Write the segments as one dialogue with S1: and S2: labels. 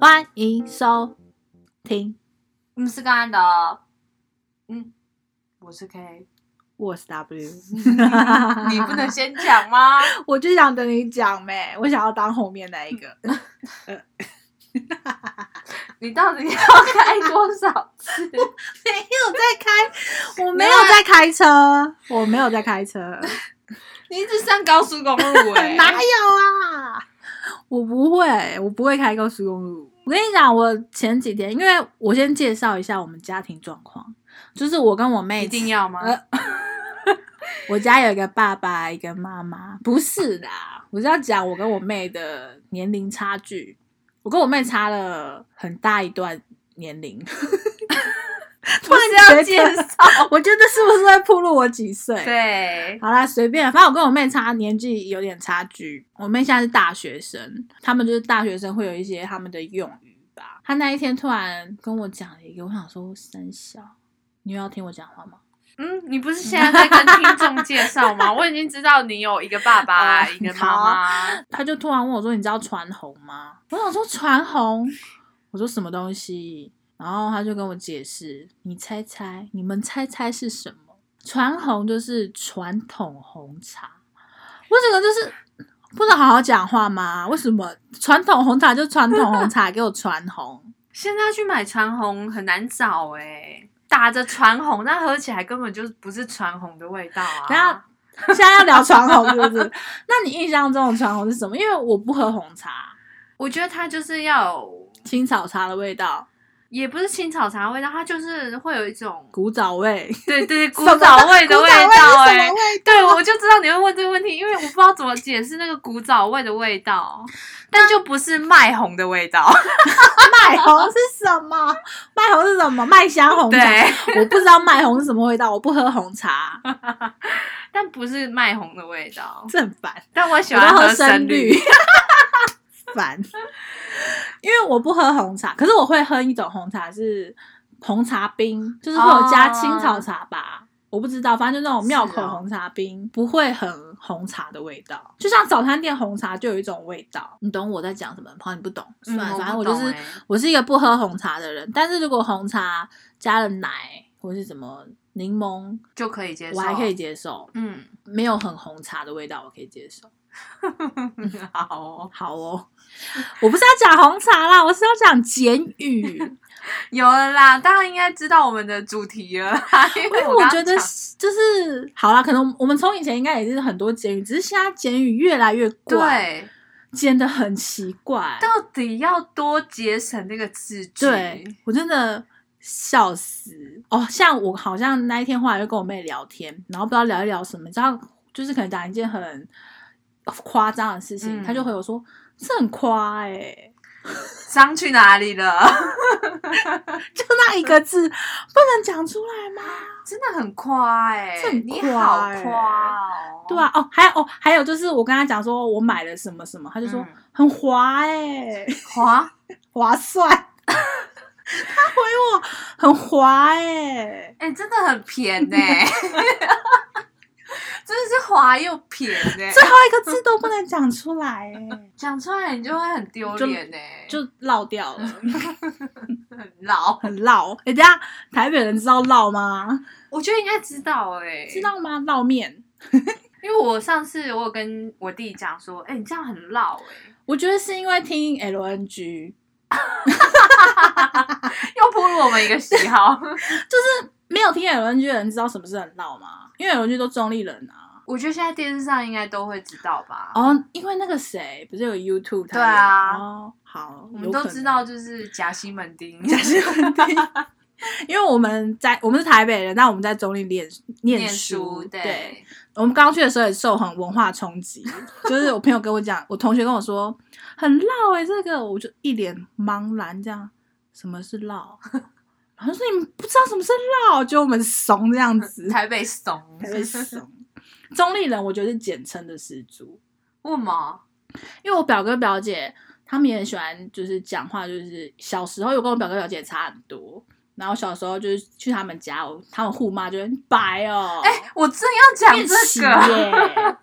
S1: 欢迎收听，
S2: 我们是干安的，哦嗯，我是 K，
S1: 我是 W。
S2: 你不能先讲吗？
S1: 我就想等你讲呗，我想要当后面那一个。
S2: 你到底要开多少 次？
S1: 没有在开，我没有啊在开车，我没有在开车，
S2: 你一直上高速公路 哎、
S1: 哪有啊？我不会，我不会开高速公路。我跟你讲，我前几天，因为我先介绍一下我们家庭状况，就是我跟我妹
S2: 一，定要吗？
S1: 呃我家有一个爸爸，一个妈妈，不是啦，我是要讲我跟我妹的年龄差距。我跟我妹差了很大一段年 龄，突
S2: 不是要
S1: 然
S2: 介
S1: 觉得
S2: 绍？
S1: 我觉得是不是会暴露我几岁？
S2: 对，
S1: 好啦，随便，反正我跟我妹差年纪有点差距。我妹现在是大学生，他们就是大学生会有一些他们的用语吧。她那一天突然跟我讲了一个，我想说三小，你又要听我讲话吗？
S2: 嗯，你不是现在在跟听众介绍 吗？我已经知道你有一个爸爸，
S1: 哦
S2: 一个妈妈，
S1: 她就突然问我说：“你知道传红吗？”我想说传红，我说什么东西？然后她就跟我解释，你猜猜，你们猜猜是什么？传红就是传统红茶。我整个就是不能好好讲话吗？为什么传统红茶就传统红茶，给我传红？
S2: 现在去买传红很难找哎、打着传红，那喝起来根本就不是传红的味道啊！
S1: 等下现在要聊传红是不是？那你印象中的传红是什么？因为我不喝红茶，
S2: 我觉得它就是要有
S1: 青草茶的味道，
S2: 也不是青草茶的味道，它就是会有一种
S1: 古早味，
S2: 对对古早味的
S1: 古
S2: 味
S1: 早
S2: 道
S1: 是什
S2: 哎、
S1: 么味
S2: 对，我就知道你会问这个问题，因为我不知道怎么解释那个古早味的味 道，但就不是麦红的味道。
S1: 麦红是什么？ 麦红是什么？麦香红茶。
S2: 对，
S1: 我不知道麦红是什么味道，我不喝红茶，
S2: 但不是麦红的味道。
S1: 这很烦。
S2: 但我喜
S1: 我
S2: 欢
S1: 都喝
S2: 深
S1: 深
S2: 绿
S1: 绿，， 烦。因为我不喝红茶，可是我会喝一种红茶是红茶冰，就是会有加青草茶吧。我不知道，反正就那种庙
S2: 哦是
S1: 口
S2: 哦
S1: 红茶冰，不会很红茶的味道，就像早餐店红茶就有一种味道，你懂我在讲什么？朋友你不懂，
S2: 嗯
S1: 算了，
S2: 我
S1: 反正
S2: 不
S1: 我就
S2: 懂
S1: 是
S2: 欸
S1: 我是一个不喝红茶的人，但是如果红茶加了奶或是什么柠檬，
S2: 就可以接受。
S1: 我还可以，接受，
S2: 嗯，
S1: 没有很红茶的味道我可以接受。
S2: 好哦，
S1: 好哦，我不是要讲红茶啦，我是要讲简 语，
S2: 有了啦，大家应该知道我们的主题了啦，因
S1: 因为
S2: 为
S1: 我
S2: 刚
S1: 觉
S2: 刚
S1: 得
S2: 讲
S1: 就是好啦，可能我们从以前应该也是很多简语，只是现在简语越来越怪，
S2: 对，
S1: 简的很奇怪。
S2: 到底要多节省那个字句。
S1: 对我真的笑死哦！像我好像那一天后来就跟我妹聊天，然后不知道聊一聊什么，你知道就是可能讲一件很夸张的事情，
S2: 嗯
S1: 她就回我说这很夸哎、欸，
S2: 伤去哪里了？
S1: 就那一个字不能讲出来吗？
S2: 真的很夸哎、
S1: 这很
S2: 你
S1: 夸
S2: 好
S1: 欸
S2: 夸哦。
S1: 对啊，哦，还有哦，还有就是我跟他讲说我买了什么什么，他就
S2: 嗯，
S1: 说、很划哎、
S2: 夸
S1: 划算。 他回我很划哎、
S2: 哎、真的很偏呢、 真的是滑又偏呢、
S1: 最后一个字都不能讲出来哎、
S2: 讲出来你就会很丢脸呢，
S1: 就落掉了，
S2: 很老。
S1: 很落。哎、等一下台北人知道落吗？
S2: 我觉得应该知道哎、
S1: 知，道吗？烙面，
S2: 因为我上次我有跟我弟讲说，哎、你这样很老哎、
S1: 我觉得是因为听 LNG，
S2: 又暴露我们一个喜 好。
S1: 没有听 LNG 的人知道什么是很落吗？因为 LNG 都中立人啊。
S2: 我觉得现在电视上应该都会知道吧。
S1: 哦，因为那个谁不是有 YouTube 他
S2: 对啊
S1: 有哦，好，
S2: 我们
S1: 有
S2: 都
S1: 可
S2: 知
S1: 能
S2: 道，就是夹西门町，
S1: 假新闻地 因为我们在我们是台北人，但我们在中立念念
S2: 念
S1: 书，
S2: 对，
S1: 我们刚去的时候也受很文化冲击， 就是我朋友跟我讲，我同学跟我说很绕哎、这个我就一脸茫然这样，什么是绕？ 然后说你们不知道什么是绕，就我们怂这样子，
S2: 台北怂，
S1: 台北怂。中立人我觉得是简称的始祖，
S2: 为毛？
S1: 因为我表哥表姐他们也很喜欢，就是讲话，就是小时候有跟我表哥表姐差很多，然后小时候就是去他们家，我他们互骂就是你白哦，
S2: 哎、我正要讲
S1: 变齐
S2: 这个，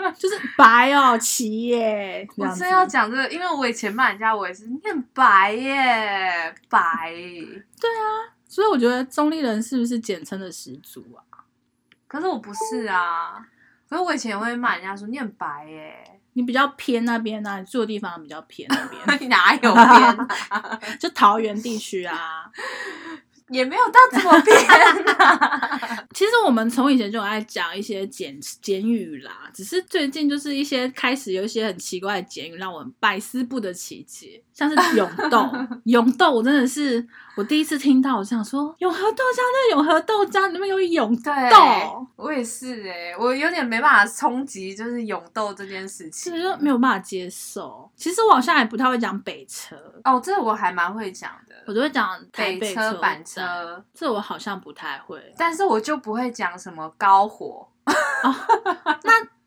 S1: 耶，就是白哦，齐耶，这
S2: 我
S1: 样子
S2: 正要讲这个，因为我以前骂人家，我也是念白耶，白。
S1: 所以我觉得中立人是不是简称的始祖啊？
S2: 可是我不是啊，可是我以前也会骂人家说念白耶，
S1: 你比较偏那边啊，你住的地方比较偏那边，
S2: 哪有变、啊？
S1: 就桃园地区啊。
S2: 也没有到怎么变啊。
S1: 其实我们从以前就很爱讲一些简简语啦，只是最近就是一些开始有一些很奇怪的简语，让我很百思不得其解，像是永 豆，永豆我真的是我第一次听到，我想说永和豆浆，那永和豆浆里面有永豆，
S2: 对，我也是哎、我有点没办法冲击，就是勇斗这件事
S1: 其
S2: 情。
S1: 实就没有办法接受。其实我好像也不太会讲北车，
S2: 哦，这我还蛮会讲的，
S1: 我都会讲台
S2: 北
S1: 车
S2: 车、板
S1: 站，
S2: 车，
S1: 这我好像不太会。
S2: 但是我就不会讲什么高火，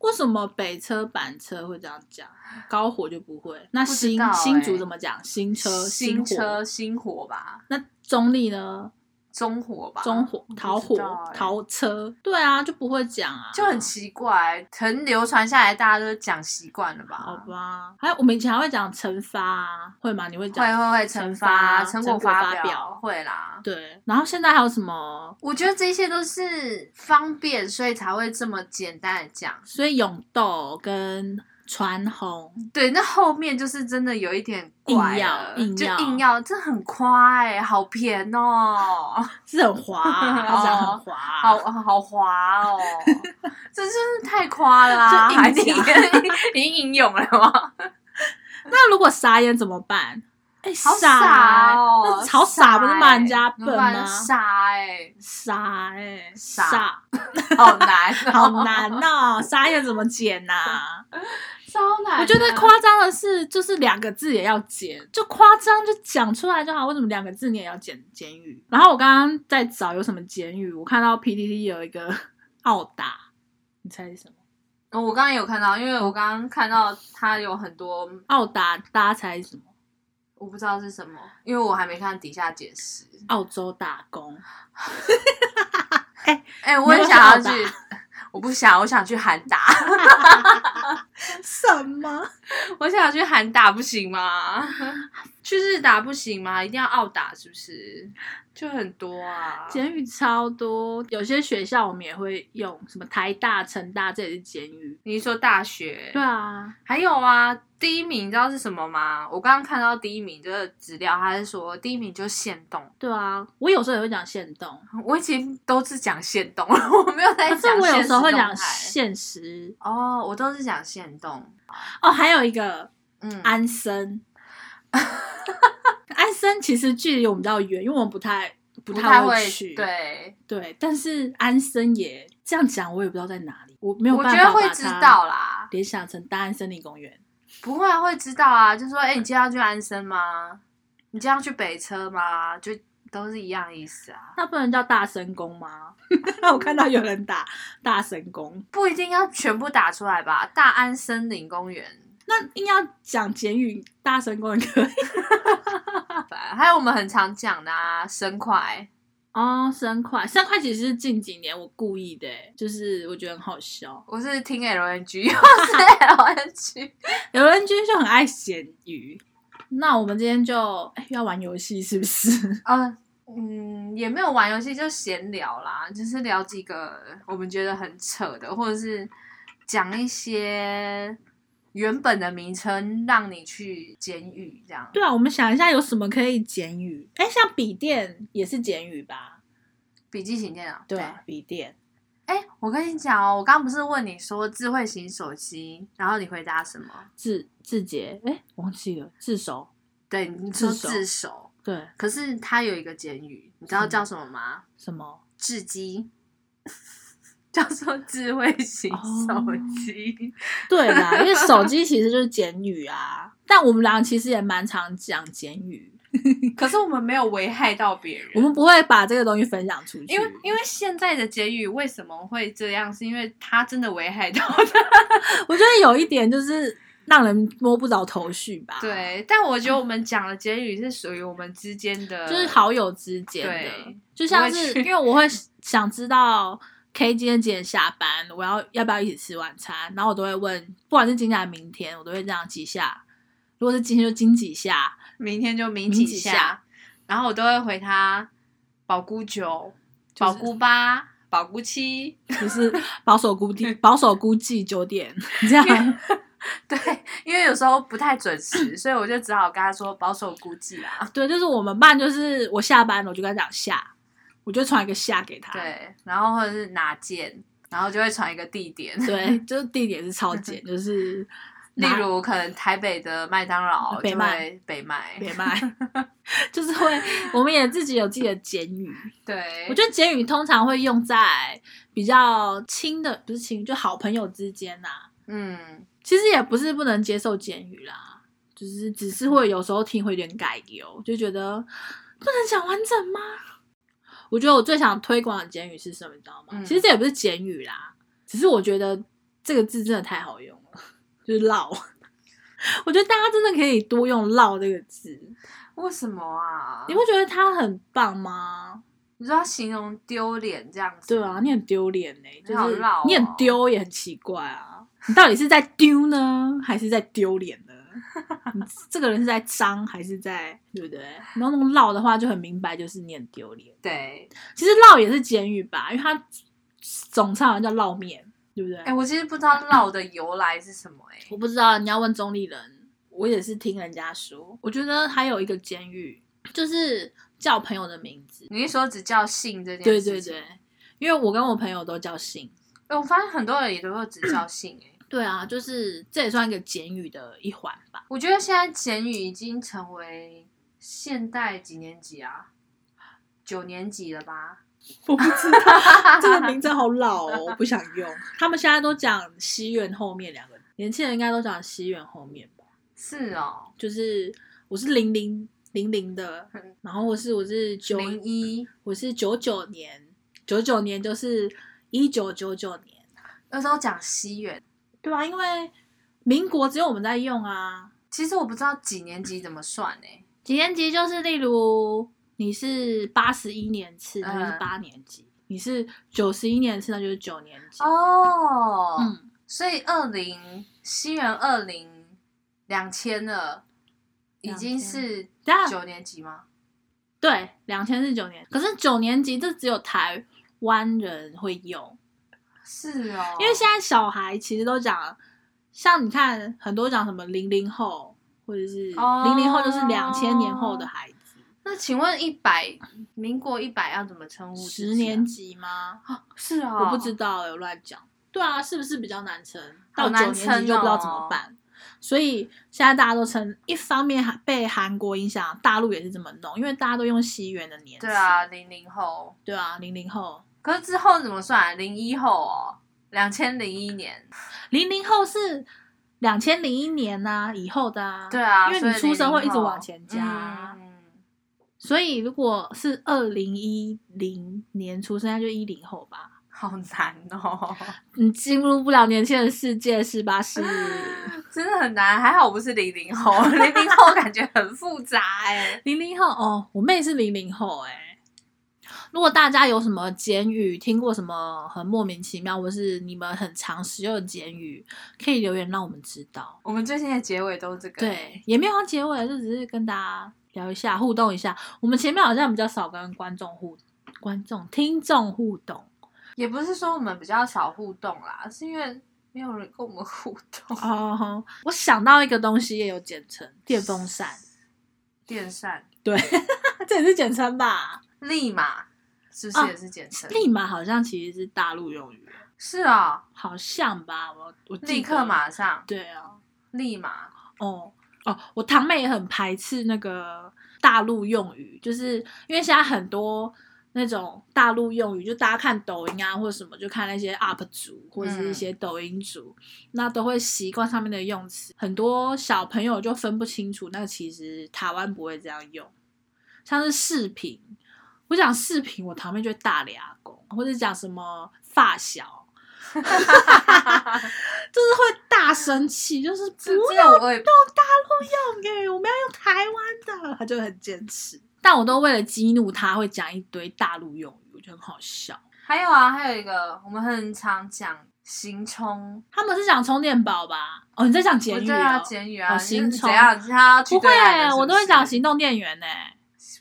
S1: 为什么北车、板车会这样讲？高火就不会。那
S2: 不知
S1: 新、
S2: 道
S1: 新
S2: 欸
S1: 竹怎么讲？新车、
S2: 新
S1: 火
S2: 车、新火吧，
S1: 那中立呢？
S2: 中火吧，
S1: 中火
S2: 我、不
S1: 桃
S2: 知
S1: 火
S2: 道、欸
S1: 桃车，对啊，就不会讲啊，
S2: 就很奇怪、很流传下来，大家都讲习惯了吧？
S1: 好吧。还有我们以前还会讲惩罚啊，会吗？你会讲？
S2: 会会会惩
S1: 惩罚
S2: 罚成
S1: 成
S2: 果
S1: 果发
S2: 表
S1: 表
S2: 会啦。
S1: 对。然后现在还有什么？
S2: 我觉得这些都是方便，所以才会这么简单的讲。
S1: 所以永斗跟传红，
S2: 对，那后面就是真的有一点怪了
S1: 硬要硬要
S2: 就硬要，这很夸哎、好甜哦，
S1: 是很滑、啊， 他讲很滑、啊，
S2: 好好滑 哦，这真是太夸了啊！
S1: 就硬
S2: 还你
S1: 讲
S2: 你 引用了吗？
S1: 那如果傻眼怎么办？哎、
S2: 好
S1: 傻
S2: 傻哦，欸
S1: 那好傻，不是骂人家笨
S2: 怎么办
S1: 吗？
S2: 傻 哎、
S1: 傻哎、
S2: 傻
S1: 傻，
S2: 好难、哦，
S1: 好，难 哦，傻眼怎么剪呐、
S2: 超难的。
S1: 我觉得夸张的是，就是两个字也要剪，就夸张就讲出来就好。为什么两个字你也要剪监狱？然后我刚刚在找有什么监狱，我看到 PTT 有一个奥达，你猜是什么？
S2: 哦我刚刚有看到，因为我刚刚看到它有很多，
S1: 奥达，大家猜是什么？
S2: 我不知道是什么，因为我还没看底下解释。
S1: 澳洲打工。
S2: 哎、我也
S1: 你要
S2: 想要
S1: 不要
S2: 去，我不想，我想去喊打，
S1: 什么？
S2: 我想去喊打，不行 吗？去日打不行吗？一定要澳打是不是？就很多啊。
S1: 监狱超多，有些学校我们也会用，什么台大、成大，这也是监狱。
S2: 你是说大学？
S1: 对啊，
S2: 还有啊，第一名你知道是什么吗？我刚刚看到第一名这个资料，他是说第一名就是限动，
S1: 对啊，我有时候也会讲限动，
S2: 我已经都是讲限动了， 我没有在
S1: 可
S2: 讲
S1: 是哎我有时候会讲
S2: 限时动态
S1: 现实。
S2: 哦，我都是讲限动，
S1: 哦，还有一个
S2: 嗯，
S1: 安 生，安生其实距离我们比较远，因为我们不太不
S2: 太
S1: 会去。
S2: 对，
S1: 对，但是安生也这样讲，我也不知道在哪里，我没有
S2: 我
S1: 办
S2: 觉
S1: 法
S2: 得会
S1: 把
S2: 知
S1: 它
S2: 道啦，
S1: 联想成大安森林公园。
S2: 不会啊，会知道啊，就说，哎、你今天要去安生吗？你今天要去北车吗？就都是一样意思啊，
S1: 那不能叫大神功吗？ 我看到有人打大神功，
S2: 不一定要全部打出来吧。大安森林公园，
S1: 那硬要讲简语，大神功也可以。
S2: 还有我们很常讲的啊，生快，
S1: 哦，三块，三块其实是近几年我故意的，欸就是我觉得很好笑。
S2: 我是听 LNG，我 是 LNG，
S1: 有人今天就很爱咸鱼。那我们今天就、哎要玩游戏是不是？
S2: 嗯。嗯，也没有玩游戏，就闲聊啦，就是聊几个我们觉得很扯的，或者是讲一些原本的名称，让你去监狱这样。
S1: 对啊，我们想一下有什么可以简语。哎、像笔电也是简语吧？
S2: 笔记型电脑。
S1: 对，啊笔电。
S2: 哎、我跟你讲哦，我刚不是问你说智慧型手机，然后你回答什么？
S1: 字字节，哎、忘记了，字首。
S2: 对，你说
S1: 自首
S2: 自首，
S1: 对，
S2: 可是它有一个简语，你知道叫什么吗？
S1: 什么？
S2: 智机。 叫做智慧型手机，
S1: 对啦，因为手机其实就是简语啊。 但我们俩其实也蛮常讲简语，
S2: 可是我们没有危害到别人。
S1: 我们不会把这个东西分享出去，
S2: 因为因为现在的简语 为什么会这样？是因为它真的危害到
S1: 我觉得有一点就是让人摸不着头绪吧？，
S2: 对，但我觉得我们讲的结语是属于我们之间的，
S1: 就是好友之间的
S2: 对，
S1: 就像
S2: 我会
S1: 是
S2: 去
S1: 因为我会想知道 K 今天几点下班，我要要不要一起吃晚餐，然后我都会问，不管是今天还是明天，我都会这样几下。如果是今天就今几 下，
S2: 明天就明
S1: 明
S2: 几
S1: 几
S2: 下，
S1: 下
S2: 然后我都会回他宝姑九、
S1: 就是
S2: 宝姑八、宝姑七，
S1: 就是保守估计保守估计九点这 样。
S2: 对，因为有时候不太准时，所以我就只好跟他说保守估计啊，
S1: 对，就是我们班就是我下班了，我就跟他讲下，我就传一个下给他。
S2: 对，然后或者是哪件，然后就会传一个地点，
S1: 对，就是地点是超简，就是
S2: 例
S1: 哪
S2: 如可能台北的麦当劳
S1: 北
S2: 就
S1: 麦
S2: 会北麦，
S1: 别卖， 就是会，我们也自己有自己的简语。
S2: 对，
S1: 我觉得简语通常会用在比较亲的，不是亲，就好朋友之间啊呐、
S2: 嗯，
S1: 其实也不是不能接受简语啦，就是只是会有时候听会有点改油，就觉得不能讲完整吗？我觉得我最想推广的简语是什么，你知道吗？
S2: 嗯
S1: 其实这也不是简语啦，只是我觉得这个字真的太好用了，就是“唠”。我觉得大家真的可以多用“唠”这个字，
S2: 为什么啊？
S1: 你不觉得它很棒吗？
S2: 你说他形容丢脸这样子，
S1: 对啊，你很丢脸呢，就
S2: 好
S1: 是
S2: 绕哦
S1: 你很丢也很奇怪啊。你到底是在丢呢， 还是在丢脸呢？你这个人是在脏还是在对不对？然后弄绕的话就很明白，就是你很丢脸。
S2: 对，
S1: 其实绕也是监狱吧，因为它总称好像叫绕面，对不对？
S2: 哎、我其实不知道绕的由来是什么、哎，
S1: 我不知道，你要问中立人，我也是听人家说。我觉得还有一个监狱就是叫朋友的名字，
S2: 你是说只叫姓这件
S1: 对
S2: 事情？
S1: 对对，因为我跟我朋友都叫姓。
S2: 哎我发现很多人也都会只叫姓、哎，
S1: 对啊，就是这也算一个简语的一环吧。
S2: 我觉得现在简语已经成为现代几年级啊？九年级了吧？
S1: 我不知道这个名字好老哦，我不想用。 他们现在都讲西元后面两个，年轻人应该都讲西元后面吧。
S2: 是哦，
S1: 就是我是零零零零的
S2: 嗯，
S1: 然后我是我是九
S2: 零一，
S1: 我是九九年，九九年就是一九九九年，
S2: 那时候讲西元。
S1: 对吧、啊？因为民国只有我们在用啊。
S2: 其实我不知道几年级怎么算哎、
S1: 几年级就是例如你是八十一年次，那就是
S2: 嗯
S1: 八年级；你是九十一年次，那就是九年级。
S2: 哦，
S1: 嗯，
S2: 所以二零西元二零两千了，已经是
S1: 等一下
S2: 九年级吗？
S1: 对，两千是九年，可是九年级这只有台湾人会用，
S2: 是哦，
S1: 因为现在小孩其实都讲，像你看很多讲什么零零后，或者是
S2: 哦
S1: 零零后就是两千年后的孩子，
S2: 那请问一百民国一百要怎么称呼自己啊？
S1: 十年级吗？
S2: 是哦，
S1: 我不知道、欸，我乱讲。对啊，是不是比较难称？
S2: 好
S1: 到
S2: 难
S1: 九
S2: 哦
S1: 年级就不知道怎么办。所以现在大家都称，一方面还被韩国影响，大陆也是这么弄，因为大家都用西元的年次。
S2: 对啊，，零零后，
S1: 对啊，零零后，
S2: 可是之后怎么算啊？零一后哦，两千零一年。
S1: 零零后是两千零一年呐、以后的啊。
S2: 对啊，
S1: 因为
S2: 所以
S1: 你出生会一直
S2: 00后
S1: 往前加啊。
S2: 嗯，
S1: 所以如果是二零一零年出生，那就一零后吧。
S2: 好难哦，
S1: 你进入不了年轻人世界是吧？是。
S2: 真的很难。还好我不是零零后， 零零后感觉很复杂哎、
S1: 零零后哦，我妹是零零后哎、如果大家有什么简语，听过什么很莫名其妙，或是你们很常使用的简语，可以留言让我们知道。
S2: 我们最近的结尾都是这个。
S1: 对，也没有要结尾，就只是跟大家聊一下，互动一下。我们前面好像比较少跟观众互、观众、听众互动
S2: 也不是说我们比较少互动啦，是因为没有人跟我们互动。
S1: 哦。我想到一个东西也有简称，电风 扇，
S2: 电扇
S1: 对，啊这也是简称吧？
S2: 立马是不
S1: 啊
S2: 是也是简称？
S1: 立马好像其实是大陆用语，
S2: 是啊、
S1: 好像吧？我我记
S2: 立
S1: 得
S2: 刻马上，
S1: 对啊。
S2: 立马
S1: 哦哦，我堂妹也很排斥那个大陆用语，就是因为现在很多那种大陆用语，就大家看抖音啊或者什么，就看那些 UP 主或者
S2: 嗯
S1: 是一些抖音主，那都会习惯上面的用词，很多小朋友就分不清楚，那个其实台湾不会这样用，像是饰品，我讲饰品，我堂妹就会大俩 公，或者讲什么发小。就是会大大生气，就是不
S2: 这这
S1: 要
S2: 个我也
S1: 用耶，我们要用台湾的，他就很坚持。但我都为了激怒他，会讲一堆大陆用语，我觉得很好笑。
S2: 还有啊，还有一个我们很常讲行冲，
S1: 他们是讲充电宝吧？哦，你在讲
S2: 我
S1: 简语、
S2: 对
S1: 哦？
S2: 啊，简语啊，
S1: 哦
S2: 你是
S1: 行
S2: 怎
S1: 冲
S2: 样？他要去
S1: 不会
S2: 对岸
S1: 耶
S2: 了，是
S1: 我
S2: 不
S1: 都会
S2: 是
S1: 讲，行动电源呢。欸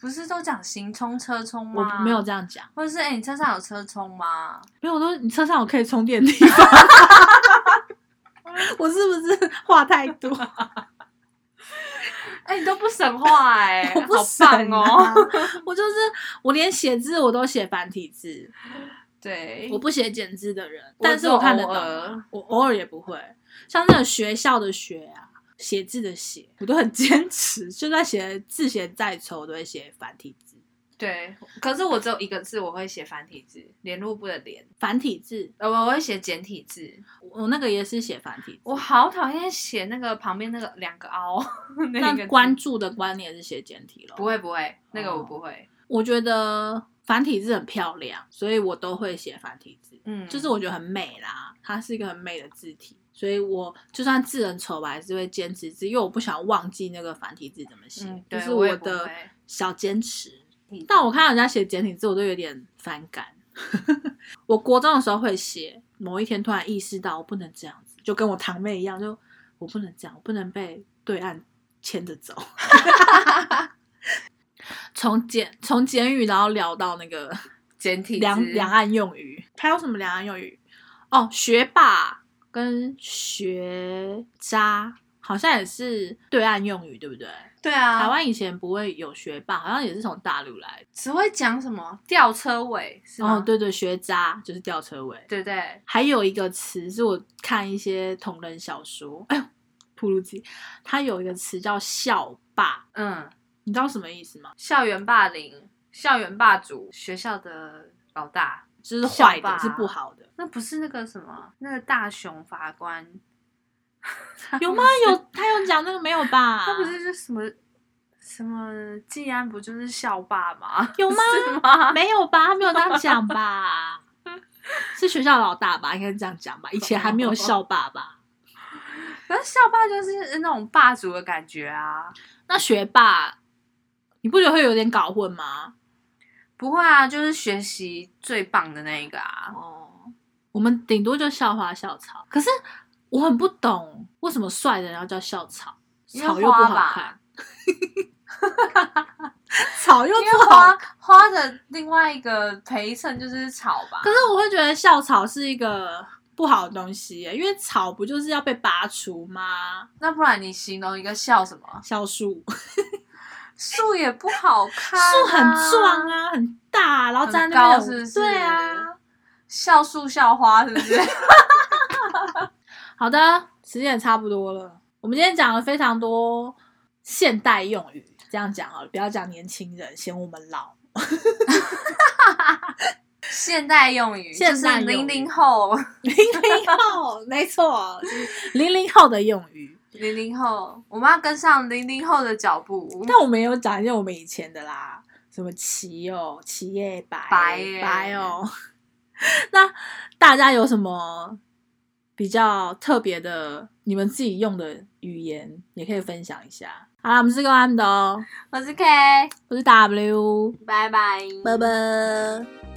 S2: 不是都讲行冲车冲
S1: 啊我
S2: 吗？
S1: 没有，这样讲，
S2: 或者是哎、你车上有车冲吗？
S1: 因为我都你车欸上有可以充电的地方。 我是不是话太多？
S2: 哎、你都不省话哎、
S1: 我不
S2: 好
S1: 省
S2: 棒
S1: 啊
S2: 哦。
S1: 我就是我连写字我都写繁体字，
S2: 对，
S1: 我不写简字的人，
S2: 我
S1: 但是
S2: 只
S1: 我
S2: 有
S1: 看得
S2: 偶
S1: 懂
S2: 尔
S1: 啊，我偶尔也不会。像那种学校的学啊，写字的写，我都很 坚持，就算写字写再丑，我都会写繁体字。
S2: 对，可是我只有一个字，我会写繁体字，联络部的联，
S1: 繁体字，
S2: 呃，我会写简体字。
S1: 我那个也是写繁体字，
S2: 我好讨厌写那个旁边那个两个凹 那
S1: 但
S2: 个字
S1: 关注的关你也是写简体咯。
S2: 不会不会，那个我
S1: 哦
S2: 不会。
S1: 我觉得繁体字很漂亮，所以我都会写繁体字。
S2: 嗯，
S1: 就是我觉得很美啦，它是一个很美的字体，所以我就算字很丑，我还是会坚持字，因为我不想忘记那个繁体字怎么写，
S2: 嗯
S1: 就
S2: 对
S1: 是
S2: 我也不
S1: 的
S2: 会
S1: 小坚持
S2: 嗯。
S1: 但我看到人家写简体字，我都有点反感。 我国中的时候会写，某一天突然意识到我不能这样子，就跟我堂妹一样，就我不能这样，我不能被对岸牵着 走。从简从简语，然后聊到那个
S2: 简体字
S1: 两两岸用语，还有什么两岸用语？哦，学霸跟学渣好像也是对岸用语，对不对？
S2: 对啊，
S1: 台湾以前不会有学霸，好像也是从大陆来
S2: 只会讲什么吊车尾是
S1: 的。
S2: 吗？
S1: 哦，对对，学渣就是吊车尾。
S2: 对对，
S1: 还有一个词是我看一些同人小说，哎呦，普鲁吉，它有一个词叫校霸，
S2: 嗯，
S1: 你知道什么意思吗？
S2: 校园霸凌、校园霸主、学校的老大，
S1: 就是坏
S2: 校霸
S1: 的，是不好 的。
S2: 那不是那个什么那个大熊法官，
S1: 有吗？有，他有讲那个没有吧？
S2: 他不是就什么什么季安不就是校霸吗？
S1: 有吗？
S2: 是吗？
S1: 没有吧？他没有这样讲吧？ 是学校老大吧？应该是这样讲吧？以前还没
S2: 哦
S1: 有校霸吧？
S2: 可是校霸就是那种霸主的感觉啊。
S1: 那学霸，你不觉得会有点搞混吗？
S2: 不会啊，就是学习最棒的那一个啊。
S1: 哦，我们顶多就校花校草。可是我很不懂，为什么帅的人要叫校草？
S2: 因为花
S1: 草又不好 看，草又
S2: 因为
S1: 不好
S2: 花花的另外一个陪衬就是草吧
S1: 可，是我会觉得校草是一个不好的东西耶，因为草不就是要被拔除吗？
S2: 那不然你形容一个笑什么？
S1: 校树。
S2: 树也不好看、
S1: 树很壮，啊，很大，然后
S2: 很
S1: 站在那
S2: 高
S1: 边
S2: 是不是
S1: 对啊。
S2: 笑树笑花是不 是？
S1: 好的，时间也差不多了。我们今天讲了非常多现代用语，这样讲啊好了，不要讲年轻人，嫌我们老。
S2: 现代用语，
S1: 现代
S2: 就
S1: 用
S2: 是
S1: 语
S2: 零零后，
S1: 零零后，没错，就是零零后的用语。
S2: 零零后，我们要跟上零零后的脚步。
S1: 但我们有讲一些我们以前的啦，什么棋哦，棋耶，白
S2: 白耶
S1: 白哦。 那大家有什么比较特别的，你们自己用的语言，也可以分享一下。好啦，我们是个安的哦，
S2: 我是 K，
S1: 我是 W，
S2: 拜拜，
S1: 拜拜。